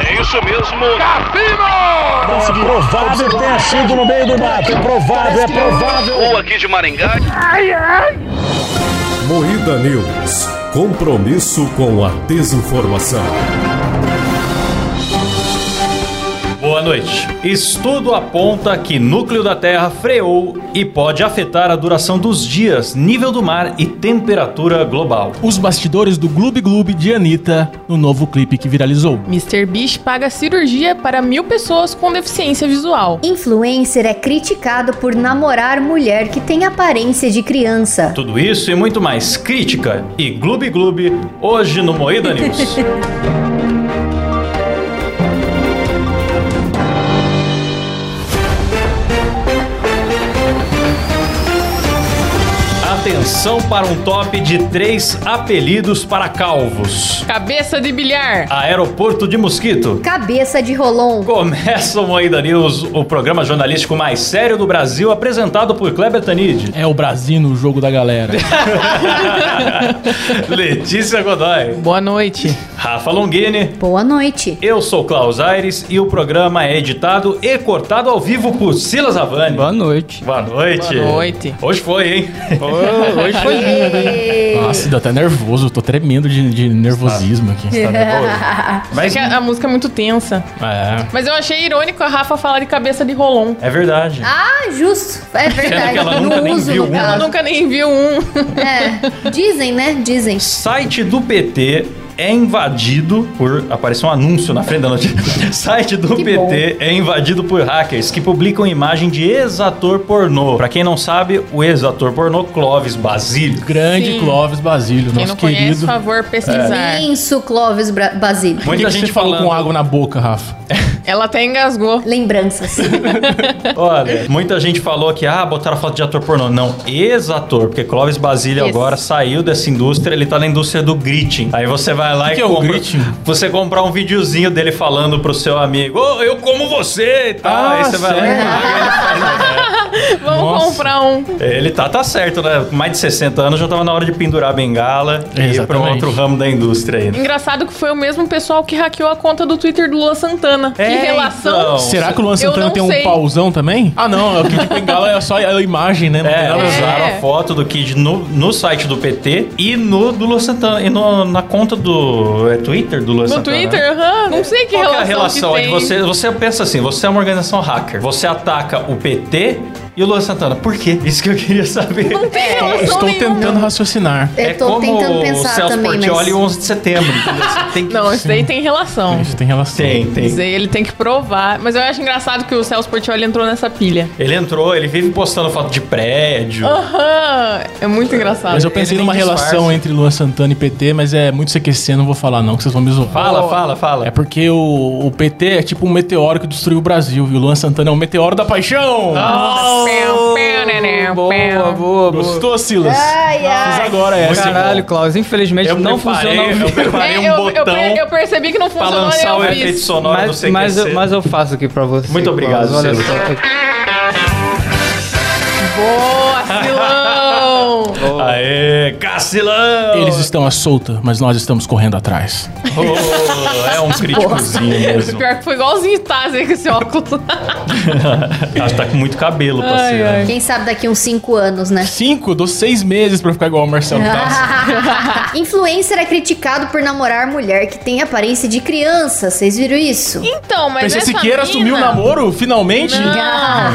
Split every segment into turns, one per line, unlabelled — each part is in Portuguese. É isso mesmo. Cassino!
É provável que tenha sido no meio do mato. É provável, é provável.
Ou aqui de Maringá.
Moída News. Compromisso com a desinformação.
Boa noite. Estudo aponta que núcleo da Terra freou e pode afetar a duração dos dias, nível do mar e temperatura global.
Os bastidores do Gloob Gloob de Anitta no novo clipe que viralizou.
Mr. Beast paga cirurgia para mil pessoas com deficiência visual.
Influencer é criticado por namorar mulher que tem aparência de criança.
Tudo isso e muito mais crítica e Gloob Gloob hoje no Moída News. Atenção para um top de três apelidos para calvos.
Cabeça de bilhar.
Aeroporto de Mosquito.
Cabeça de Rolon.
Começa o Moída News, o programa jornalístico mais sério do Brasil, apresentado por Kleber Tanid,
É o Brasil no jogo da galera.
Letícia Godoy,
Boa noite.
Rafa Longini.
Boa noite.
Eu sou Klaus Aires e o programa é editado e cortado ao vivo por Silas Avani.
Boa noite.
Boa noite.
Boa noite.
Hoje foi, hein?
hoje foi lindo, hein?
Nossa, dá até nervoso. Tô tremendo de, de nervosismo aqui.
Tá Mas
É que a, a música é muito tensa.
é,
Mas eu achei irônico a Rafa falar de cabeça de rolon.
é verdade.
Ah, justo. É
Sendo
verdade.
que ela nunca nem
Não uso
viu
no
uma.
Ela
caso.
nunca nem viu um.
É. Dizem, né? Dizem.
Site do PT é invadido por. Apareceu um anúncio na frente da notícia. Site do
Que
PT é invadido por hackers que publicam imagem de ex-ator pornô. Pra quem não sabe, o ex-ator pornô Clóvis Basílio.
Grande
Sim.
Clóvis Basílio,
Quem
nosso
não conhece,
querido.
por favor,
É.
pesquisar.
Imenso Clóvis Bra- Basílio.
Por que,
Muita
que
gente
você falou
falando.
com água na boca, Rafa?
Ela até engasgou.
Lembranças.
Olha, muita gente falou que, ah, botaram foto de ator pornô. Não, ex-ator, porque Clóvis Basílio
Ex.
agora saiu dessa indústria, ele tá na indústria do greeting. Aí você vai lá
Que
e
que é o
compra.
greeting?
Você comprar um videozinho dele falando pro seu amigo, ô, eu como você e tal.
Ah,
Aí você vai lá e
sério?
paga, ele faz, né?
Vamos
Nossa.
comprar um.
Ele tá, tá certo, né? Com Mais de 60 anos já tava na hora de pendurar a bengala e ir pra um
Exatamente.
outro ramo da indústria aí. né?
Engraçado que foi o mesmo pessoal que hackeou a conta do Twitter do Lua Santana. que
É,
relação.
então.
Será que o Luan Santana
não
tem um
sei.
pauzão também? Ah, não. É o que de bengala é só a imagem, né? Não tem
É,
nada a ver.
usaram a foto do Kid no, no site do PT e no do Lua Santana. E no- na conta do é, Twitter do Lua
No
Santana. né?
Twitter, aham. não sei que
Qual que
relação.
é a relação?
que
É de
tem.
você, você pensa assim, você é uma organização hacker. Você ataca o PT e o Lua Santana. Por quê? Isso que eu queria saber.
Não tem relação
Estou
nenhuma.
tentando raciocinar.
É
Eu tô
como
tentando
o
pensar
Celso um
também,
Portioli e o
mas.
11 de setembro. entendeu? Você tem que...
Não, isso daí tem relação.
Isso tem relação.
Tem, tem.
Isso daí ele tem que provar. Mas eu acho engraçado que o Celso Portioli entrou nessa pilha.
Ele entrou, ele vive postando foto de prédio.
Ah. Aham, é muito engraçado.
Mas eu
Ele
pensei
nem
numa
disfarça.
relação entre Luan Santana e PT, mas é muito CQC, não vou falar não, que vocês vão me zoar.
Fala, fala, fala.
É porque o, o PT é tipo um meteoro que destruiu o Brasil, e o Luan Santana é um meteoro da paixão!
Pau, pau, né, né,
Boa,
pau.
boa, boa.
Gostou, Silas?
Ai, ai.
Fiz agora é assim, essa.
Caralho, Klaus, infelizmente
É, eu
não
preparei,
funcionou.
eu preparei
É,
um
eu, eu
botão
per- eu percebi que não
pra
funcionou
lançar o
e eu
efeito
fiz.
sonoro do
Mas,
CQC.
mas, eu, mas eu faço aqui pra você.
Muito obrigado,
Klaus, olha
Silas.
só.
Boa, Silão!
Aê, Cacilão!
Eles estão à solta, mas nós estamos correndo atrás.
Oh, é um críticozinho mesmo.
Pior que foi igualzinho Tazer com esse óculos.
Acho que tá com muito cabelo pra
Ai,
ser. né?
ai.
Quem sabe daqui uns 5 anos, né?
Cinco, dou seis meses pra eu ficar igual o Marcelo
Ah.
Tassi.
Influencer é criticado por namorar mulher que tem aparência de criança. Vocês viram isso?
Então, mas
Pensei
essa mina...
Siqueira assumiu o namoro, finalmente?
Ah.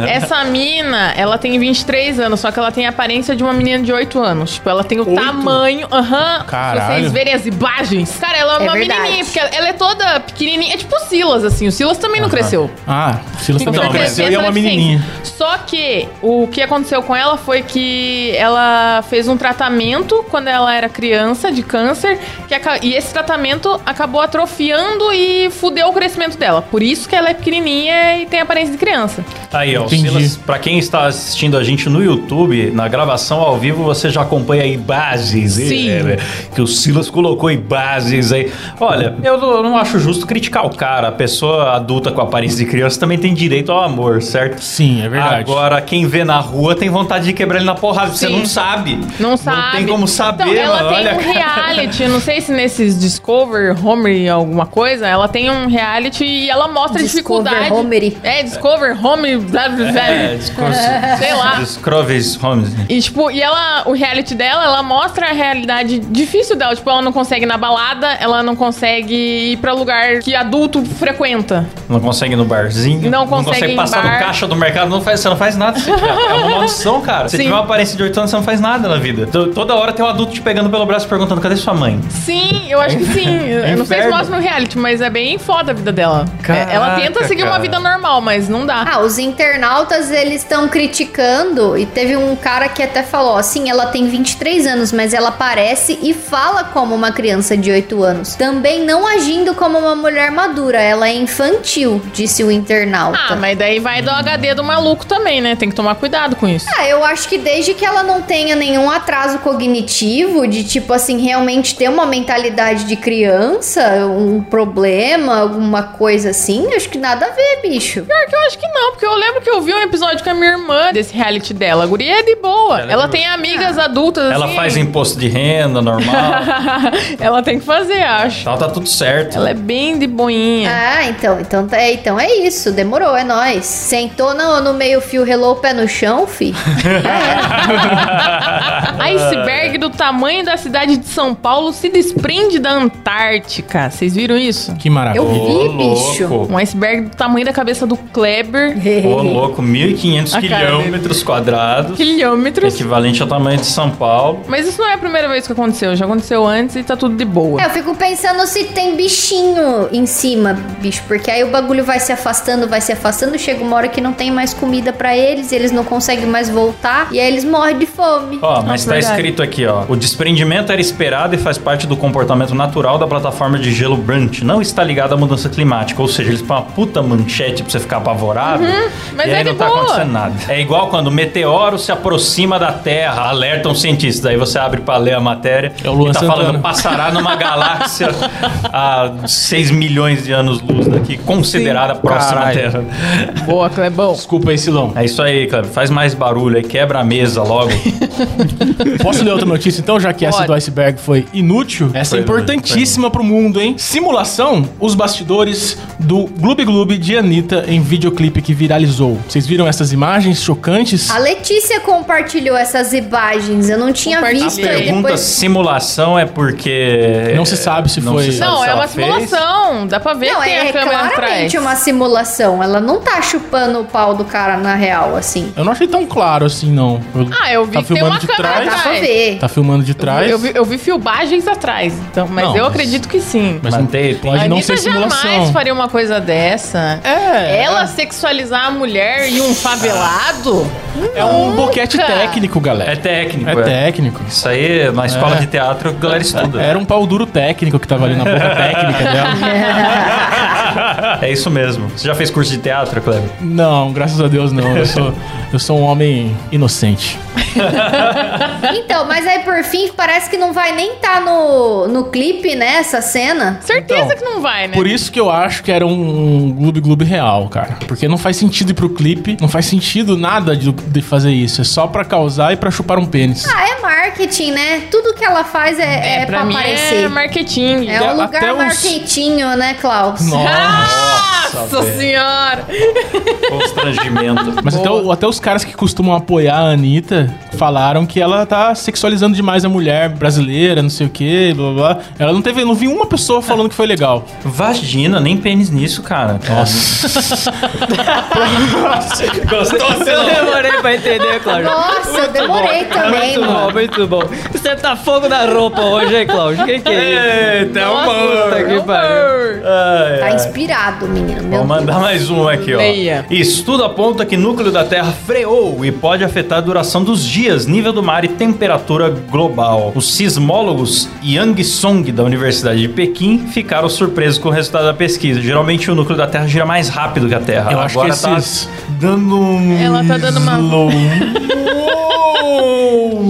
Não. Essa mina, ela tem 23 anos, só que ela tem a aparência de uma menina de 8 anos. Tipo, ela tem o
Oito?
tamanho. Aham. Se
Caralho.
vocês verem as imagens. Cara, ela é,
É
uma
verdade.
menininha, porque ela é toda pequenininha. É tipo o Silas, assim. O Silas também não cresceu.
Ah, o Silas
Então,
também
vai
cresceu
crescer
e é uma
essa deficiência.
menininha.
Só que o que aconteceu com ela foi que ela fez um tratamento quando ela era criança de câncer que aca- e esse tratamento acabou atrofiando e fudeu o crescimento dela. Por isso que ela é pequenininha e tem aparência de criança.
Tá Aí, ó, o
Entendi.
Silas, pra quem está assistindo a gente no YouTube, na informação ao vivo, você já acompanha aí bases.
Sim.
é, né? que o Silas colocou aí bases aí. Olha, eu não, eu não acho justo criticar o cara. A pessoa adulta com aparência de criança também tem direito ao amor, certo?
Sim, é verdade.
Agora, quem vê na rua tem vontade de quebrar ele na porrada. Você
Sim.
não sabe.
Não sabe.
Não tem como saber,
Então, ela
mano.
tem
Olha,
um reality, eu não sei se nesses Discover, Homer, alguma coisa, ela tem um reality e ela mostra a
Discover
dificuldade.
Homery.
É, Discover, Homer, blá, blá, blá.
É, discurso.
Sei lá.
Discroves Holmes.
E, tipo, e ela, o reality dela, ela mostra a realidade difícil dela. Tipo, ela não consegue ir na balada, ela não consegue ir pra lugar que adulto frequenta.
Não consegue ir no barzinho.
Não consegue ir em
passar
bar.
no caixa do mercado. Não faz, você não faz nada. Você, é uma maldição, cara. Você
Sim.
tiver uma aparência de 8 anos, você não faz nada na vida. T- Toda hora tem um adulto te pegando pelo braço e perguntando, cadê sua mãe?
Sim, eu acho que sim. eu não sei se
É inferno.
mostra no reality, mas é bem foda a vida dela. É,
Caraca,
ela tenta seguir uma
cara.
vida normal, mas não dá.
Ah, os internautas eles estão criticando e teve um cara que até falou assim, ela tem 23 anos, mas ela parece e fala como uma criança de 8 anos. Também não agindo como uma mulher madura, ela é infantil, disse o internauta.
Ah, mas daí vai do HD do maluco também, né? Tem que tomar cuidado com isso.
Ah, eu acho que desde que ela não tenha nenhum atraso cognitivo, de tipo assim, realmente ter uma mentalidade de criança, um problema, alguma coisa assim, acho que nada a ver, bicho.
Pior que eu acho que não, porque eu lembro que eu vi um episódio com a minha irmã desse reality dela. A guria é de boa. Ela,
Ela é de
tem amigas adultas
Ela
assim.
faz imposto de renda normal.
ela tem que fazer, acho.
tal, tá tudo certo.
Ela é bem de
É.
boinha.
Ah, então, então, tá- é, então é isso, demorou, é nóis. Sentou no, no meio fio, relou o pé no chão, fi.
Ah. Iceberg do tamanho da cidade de São Paulo se desprende da Antártica. Vocês viram isso?
Que maravilha.
Eu vi, bicho.
louco.
Um iceberg do tamanho da cabeça do Kleber.
Ô, louco, 1.500
A cara dele.
quilômetros quadrados.
Quilômetros.
Equivalente ao tamanho de São Paulo.
Mas isso não é a primeira vez que aconteceu. Já aconteceu antes e tá tudo de boa.
É, eu fico pensando se tem bichinho em cima, bicho, porque aí o bagulho vai se afastando, vai se afastando, chega uma hora que não tem mais comida pra eles, eles não conseguem mais voltar, e aí eles morrem de fome.
Ó, mas
Nossa,
tá
verdade.
escrito aqui, ó. O desprendimento era esperado e faz parte do comportamento natural da plataforma de gelo Brunt. Não está ligado à mudança climática. Ou seja, eles põem uma puta manchete pra você ficar apavorado.
mas
e
é
aí
de
não tá
boa.
acontecendo nada. É igual quando o meteoro se aproxima da Terra, alertam os cientistas. Aí você abre pra ler a matéria
É o Luan
e tá
Santana.
falando passará numa galáxia a 6 milhões de anos-luz daqui, considerada próxima à
Caralho.
Terra.
Boa, Clebão.
Desculpa aí, Silão.
É isso aí, Cleber. Faz mais barulho aí, quebra a mesa logo.
Posso ler outra notícia então, já que essa
Pode.
do iceberg foi inútil? Essa é
Foi,
importantíssima pro mundo, hein? Simulação, os bastidores do Gloob Gloob de Anitta em videoclipe que viralizou. Vocês viram essas imagens chocantes?
A Letícia compartilhou essas imagens, eu não tinha
Compartilhei.
visto.
A
aí
Pergunta
depois...
simulação é porque. eh,
Não se sabe se foi-
se sabe
Não,
se
é
ela
uma
fez.
simulação. Dá pra ver
Não,
que tem
é,
a câmera atrás.
claramente uma simulação. Ela não tá chupando o pau do cara na real, assim.
Eu não achei tão claro assim, não.
Ah, eu vi
tá
que tem
filmando
uma
de
câmera
trás.
Dá pra
Ai.
ver.
Tá filmando de trás.
Eu vi, eu vi filmagens atrás, então, mas
Não,
eu
mas-
acredito que sim.
Mas
Mas
não
tem-
pode
a
não
Anitta
ser
jamais
simulação.
faria uma coisa dessa.
É.
Ela sexualizar a mulher e um favelado?
É um boquete
Nunca.
técnico,
É
galera.
técnico.
É, técnico. É.
Isso aí, na escola de teatro, a galera estuda.
Era um pau duro técnico que tava ali na boca técnica dela.
É isso mesmo. Você já fez curso de teatro, Cleber?
Não, graças a Deus não. Eu sou, eu sou um homem inocente.
Então, mas aí por fim, parece que não vai nem tá no, no clipe, né? Essa cena.
Certeza
Então,
que não vai, né?
Por isso que eu acho que era um Gloob Gloob real, cara. Porque não faz sentido ir pro clipe, não faz sentido nada de, de fazer isso. É só pra causar e pra chupar um pênis.
Ah, é marketing, né? Tudo que ela faz é, é, pra,
pra mim é
aparecer.
marketing.
É, um
até
lugar
uns-
marketinho, né, Klaus?
Nossa
velho.
senhora!
Constrangimento.
Mas até, o- até os caras que costumam apoiar a Anitta falaram que ela tá sexualizando demais a mulher brasileira, não sei o quê, blá blá blá. Ela não teve, não vi uma pessoa falando que foi legal.
Vagina, nem pênis nisso, cara. Nossa.
Eu demorei pra entender, Cláudio.
Nossa, eu demorei também,
Muito bom,
mano.
muito bom. Você tá fogo na roupa hoje, hein, Cláudio? O que, que é isso?
Eita,
um
Puta
É
que pariu.
Tá inspirado, menino. Meu
Vou mandar mais um aqui, ó.
Leia.
Estudo aponta que núcleo da Terra freou e pode afetar a duração dos dias, nível do mar e temperatura global. Os sismólogos Yang Song, da Universidade de Pequim, ficaram surpresos com o resultado da pesquisa. Geralmente o núcleo da Terra gira mais rápido que a Terra.
Eu acho
Agora
que
tá
esses-
dando um...
Ela tá dando uma-
slow. Uou!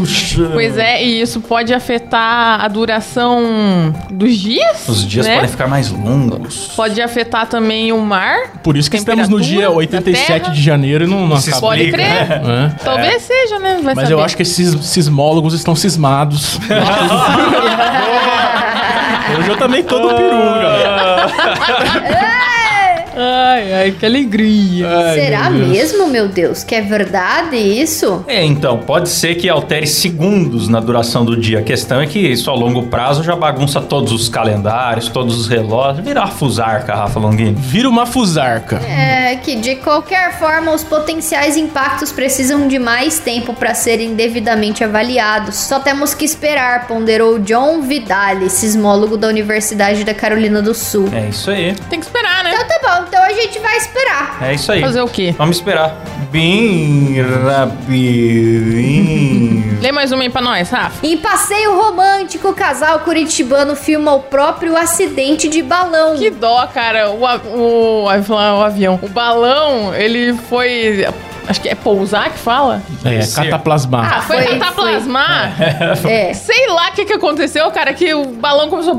Poxa.
Pois é, e isso pode afetar a duração dos dias.
Os dias
né?
podem ficar mais longos.
Pode afetar também o mar.
Por isso que estamos no dia
temperatura,
87
da
de janeiro e não, não acaba.
Pode
Explica,
crer.
né?
É.
Talvez seja, né? Vai
Mas
saber.
eu acho que esses sismólogos estão cismados. Hoje eu também tô do peru,
Ah.
galera.
Ai, ai, que alegria.
Será mesmo, meu Deus? Que é verdade isso?
É, então, pode ser que altere segundos na duração do dia. A questão é que isso a longo prazo já bagunça todos os calendários, todos os relógios. Virar fusarca, Rafa Longini.
Vira uma fusarca.
É que de qualquer forma os potenciais impactos precisam de mais tempo para serem devidamente avaliados. Só temos que esperar, ponderou John Vidale, sismólogo da Universidade da Carolina do Sul.
É isso aí.
Tem que esperar, né?
Então tá bom, então a gente vai esperar.
É isso aí.
Fazer o quê?
Vamos esperar. Bem rapidinho.
Lê mais uma aí pra nós, Rafa.
É.
Em passeio romântico, o casal curitibano filma o próprio acidente de balão.
Que dó, cara. O, a- o, eu ia falar o avião. O balão, ele foi. Acho que é pousar que fala?
É,
Ser.
cataplasmar.
Ah, foi,
foi,
tentar
foi.
plasmar.
Né,
É.
Sei lá o que, que aconteceu, cara, que o balão começou.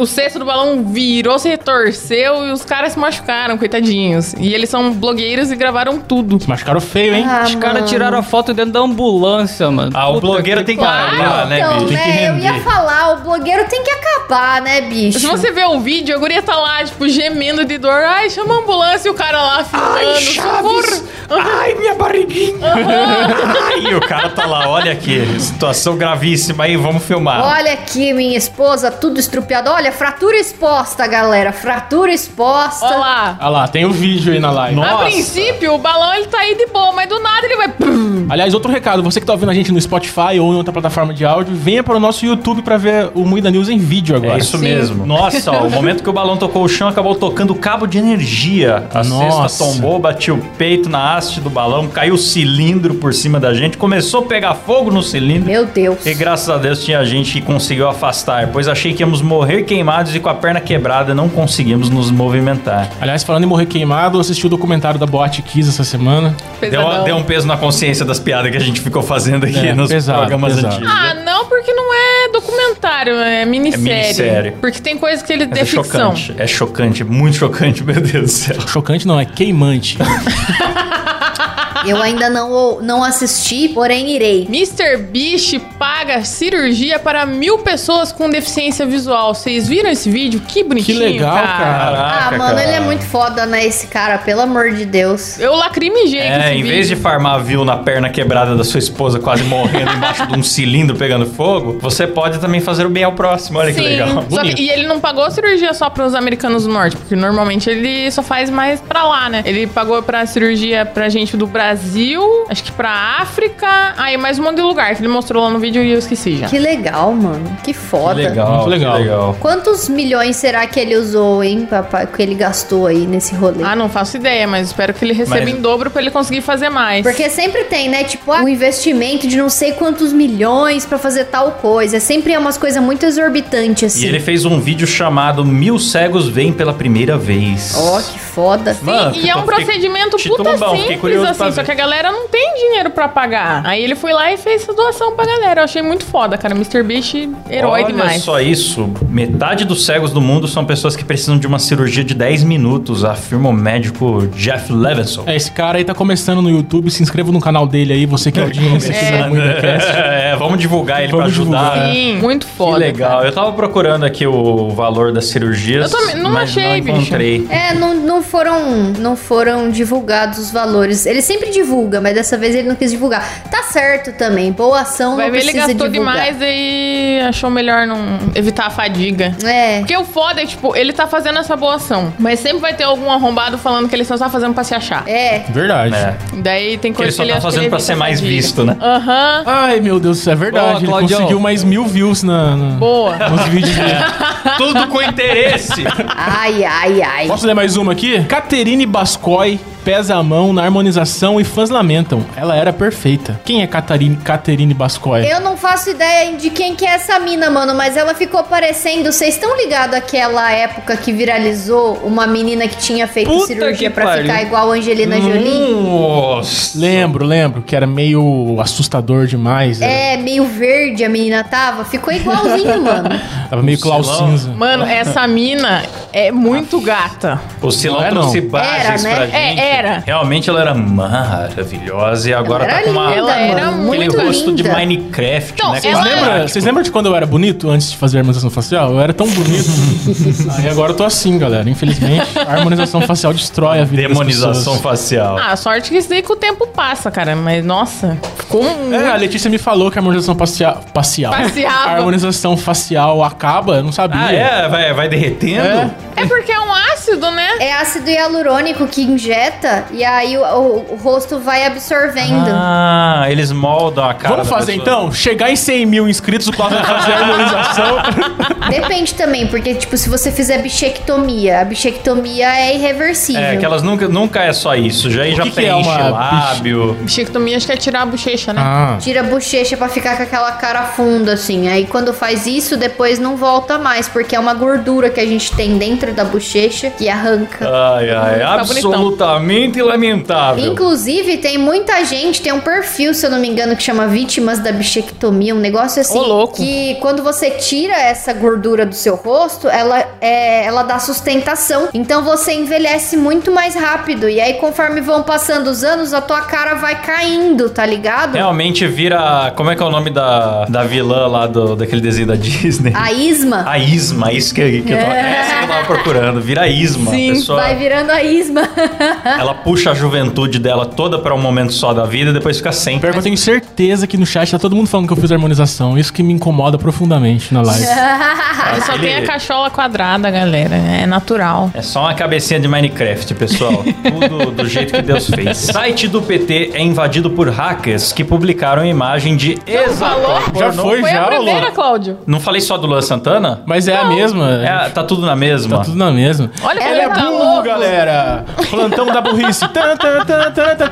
O cesto do balão virou, se retorceu e os caras se machucaram, coitadinhos. E eles são blogueiros e gravaram tudo.
Se machucaram feio, hein?
Ah,
Os caras
mano.
tiraram a foto dentro da ambulância, mano.
Ah, o
Puta
blogueiro
que
tem que
pariu.
acabar, né,
Então,
bicho? Tem que
né, eu ia
render.
falar, o blogueiro tem que acabar, né, bicho?
Se você vê o vídeo, a guria tá lá, tipo, gemendo de dor. Ai, chama a ambulância e o cara lá filmando. Socorro!
Ai, minha barriguinha! Ai, o cara tá lá, olha aqui, situação gravíssima aí, vamos filmar.
Olha aqui, minha esposa, tudo estrupiado. Olha, fratura exposta, galera. Fratura exposta.
Olha lá.
Ah lá, tem o vídeo aí na live.
A princípio, o balão ele tá aí de boa, mas do nada ele vai.
Aliás, outro recado, você que tá ouvindo a gente no Spotify ou em outra plataforma de áudio, venha para o nosso YouTube para ver o Muida News em vídeo agora.
É isso
Sim.
mesmo. Nossa, ó, o momento que o balão tocou o chão, acabou tocando o cabo de energia. A
Nossa.
cesta tombou, bati o peito na haste do balão, caiu o cilindro por cima da gente, começou a pegar fogo no cilindro.
Meu Deus.
E graças a Deus tinha gente que conseguiu afastar, pois achei que íamos morrer queimados e com a perna quebrada não conseguimos nos movimentar.
Aliás, falando em morrer queimado, eu assisti o documentário da Boate Kiss essa semana.
Deu,
Pesadão.
deu um peso na consciência das piadas que a gente ficou fazendo aqui
É,
nos
pesado,
programas
pesado.
antigos.
Ah, não, porque não é documentário, é minissérie.
É minissérie.
Porque tem coisa que ele
Mas
é ficção.
chocante, é chocante, muito chocante, meu Deus do céu.
Chocante não, é queimante.
Eu ainda não, não assisti, porém irei.
Mr. Beast paga cirurgia para mil pessoas com deficiência visual. Vocês viram esse vídeo? Que bonitinho,
legal, cara.
Caraca,
ah, mano,
cara.
ele é muito foda, né, esse cara? Pelo amor de Deus.
Eu lacrimejei com esse
É, em
vídeo.
vez de farmar viu na perna quebrada da sua esposa quase morrendo embaixo de um cilindro pegando fogo, você pode também fazer o bem ao próximo. Olha
Sim,
que legal.
só que-
Bonito.
e ele não pagou a cirurgia só para os americanos do norte, porque normalmente ele só faz mais pra lá, né? Ele pagou pra cirurgia pra gente do Brasil, acho que pra África, aí mais um monte de lugar que ele mostrou lá no vídeo e eu esqueci já.
Que legal, mano. Que
Que
foda.
legal,
Muito
que
legal.
Quantos milhões será que ele usou, hein, papai? Que ele gastou aí nesse rolê?
Ah, não faço ideia, mas espero que ele receba
Mas-
em dobro pra ele conseguir fazer mais.
Porque sempre tem, né? Tipo, ah, um investimento de não sei quantos milhões pra fazer tal coisa. Sempre é umas coisas muito exorbitantes,
E
assim.
ele fez um vídeo chamado Mil Cegos Vêm pela Primeira Vez.
Ó, que foda.
Mano,
e é
então
um
fiquei-
procedimento
Titumbão,
puta
fiquei
simples,
curioso pra
assim, só
ver.
que a galera não tem dinheiro pra pagar. Aí ele foi lá e fez essa doação pra galera. Eu achei muito foda, cara. Mr. Beast, herói
Olha
demais.
só isso. Metade dos cegos do mundo são pessoas que precisam de uma cirurgia de 10 minutos, afirma o médico Jeff Levinson.
é, esse cara aí tá começando no YouTube, se inscreva no canal dele aí, você que é audiência aqui do MuidaCast.
É, vamos divulgar ele
Vamos
pra ajudar.
divulgar.
né?
Sim, muito
Que
foda.
legal. Eu tava procurando aqui o valor das cirurgias.
Eu também- não
mas
achei,
não
bicho.
encontrei.
É, não, não foram não foram divulgados os valores. Ele sempre divulga, mas dessa vez ele não quis divulgar. Tá certo também. Boa ação
Vai
não
ver, ele
precisa
gastou
divulgar.
demais e achou melhor não evitar a fadiga.
É.
Porque o foda é, tipo, ele tá fazendo essa boa ação, mas sempre vai ter algum arrombado falando que ele só tá fazendo pra se achar.
É.
Verdade.
É.
Daí tem
Que
coisa
ele só
que ele
tá
acha que
fazendo pra
evita
ser
a
mais
fadiga.
visto, né?
Aham,
Ai, meu Deus, isso é
Boa,
verdade. ele
Claudião.
conseguiu mais mil views na, na-
boa.
nos vídeos dele.
Tudo com interesse.
Ai, ai, ai.
Posso ler mais uma aqui? Caterine Bascoi pesa a mão na harmonização e fãs lamentam. Ela era perfeita. Quem é Catarine, Caterine Bascoy?
Eu não faço ideia de quem que é essa mina, mano, mas ela ficou parecendo. Vocês estão ligados àquela época que viralizou uma menina que tinha feito
Puta
cirurgia
que
pra
pariu. Hum.
ficar igual a Angelina Jolie?
Nossa.
Lembro, lembro, que era meio assustador demais. né?
É, meio verde a menina tava. Ficou igualzinho, mano.
Tava meio Klaus
Silão.
Cinza.
Mano, essa mina é muito
Ah,
gata.
O Silão
Não é, não.
trouxe bases pra
Era, né?
É,
gente.
era.
Realmente ela era maravilhosa e agora
Ela
tá
era
com uma,
linda,
aquele
mano,
muito
rosto de
linda.
Minecraft,
Então,
né?
ela-
Vocês lembram, vocês lembram de quando eu era bonito antes de fazer a harmonização facial? Eu era tão bonito. Aí agora eu tô assim, galera. Infelizmente, a harmonização facial destrói a vida das
Demonização
pessoas.
facial.
Ah, sorte que isso daí que o tempo passa, cara. Mas, nossa, ficou um...
É, a Letícia me falou que a harmonização facial. Facial.
Facial.
A harmonização facial acaba, eu não sabia.
Ah, é? Vai, vai derretendo?
É.
É porque é um ácido, né?
É ácido hialurônico que injeta e aí o, o- o rosto vai absorvendo.
Ah, eles moldam a cara.
Vamos
da
fazer
pessoa.
então? Chegar em 100 mil inscritos, o Plasma vai fazer a harmonização.
Depende também, porque, tipo, se você fizer bichectomia, a bichectomia é irreversível.
É, que elas nunca, nunca é só isso. Já, já
que que
preenche
é uma
lábio.
Bichectomia acho que é tirar a bochecha, né?
ah,
Tira a bochecha pra ficar com aquela cara funda, assim. Aí quando faz isso, depois não volta mais, porque é uma gordura que a gente tem dentro da bochecha que arranca.
Ai, ai,
Tá bonitão.
absolutamente lamentável.
Inclusive, tem muita gente, tem um perfil, se eu não me engano, que chama Vítimas da Bichectomia, um negócio assim.
Ô, louco.
Que quando você tira essa gordura do seu rosto, ela, é, ela dá sustentação. Então você envelhece muito mais rápido. E aí, conforme vão passando os anos, a tua cara vai caindo, tá ligado?
Realmente vira. Como é que é o nome da, da vilã lá do, daquele desenho da Disney?
A isma
A Isma, isso que, que eu tava, essa que eu tava procurando. Vira a Isma.
Sim,
a pessoa,
vai virando a isma.
ela puxa a juventude dela toda pra um momento só da vida e depois fica sem.
pior que eu tenho certeza que no chat tá todo mundo falando que eu fiz a harmonização. Isso que me incomoda profundamente na live.
Ele só
Aquele-
tem a cachola quadrada, galera. É natural.
É só uma cabecinha de Minecraft, pessoal. Tudo do jeito que Deus fez. Site do PT é invadido por hackers que publicaram a imagem de
falou?
ex-ator
Já
pornô.
foi,
Foi a
já,
primeira,
Lô.
Cláudio.
Não falei só do Luan Santana?
Mas é a mesma.
É, tá tudo na mesma.
Tá tudo na mesma.
Olha
Ele é
como tá
burro,
louco.
galera! Plantão da burrice. Tan, tan, tan, tan, tan, tan,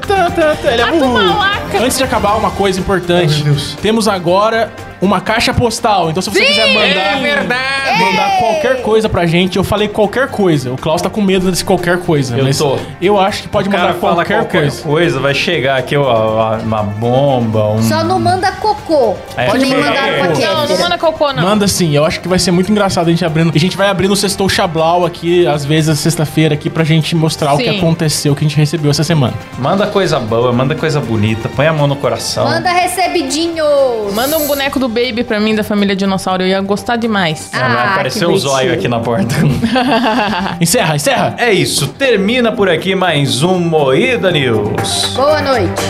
tan, tan, tan. Ele é burro.
Tá malaca.
Antes de acabar, uma coisa importante. Temos agora uma caixa postal. Então, se você quiser
É
mandar, mandar qualquer coisa pra gente, eu falei qualquer coisa. O Klaus tá com medo desse qualquer coisa.
Eu
mas
tô.
Eu acho que pode
O cara
mandar
fala
qualquer,
qualquer,
coisa.
coisa. vai chegar aqui ó, uma bomba, um...
Só não manda cocô.
É,
que
pode
nem
mandar
mandaram pra
cocô.
Não, não
Kéfera.
manda cocô, não.
Manda sim, eu acho que vai ser muito engraçado a gente abrindo. A gente vai abrindo o Sextou Chablau aqui, às vezes, às sexta-feira, aqui, pra gente mostrar o que
Sim.
aconteceu, o que a gente recebeu essa semana.
Manda coisa boa, manda coisa bonita, põe a mão no coração.
Manda recebidinhos.
Manda um boneco do Baby pra mim, da família Dinossauro. Eu ia gostar demais.
Ah, vai
Ah,
aparecer
que
o zóio
bonitinho.
aqui na porta.
Ah.
Encerra, encerra!
é isso, termina por aqui mais um Moída News.
Boa noite.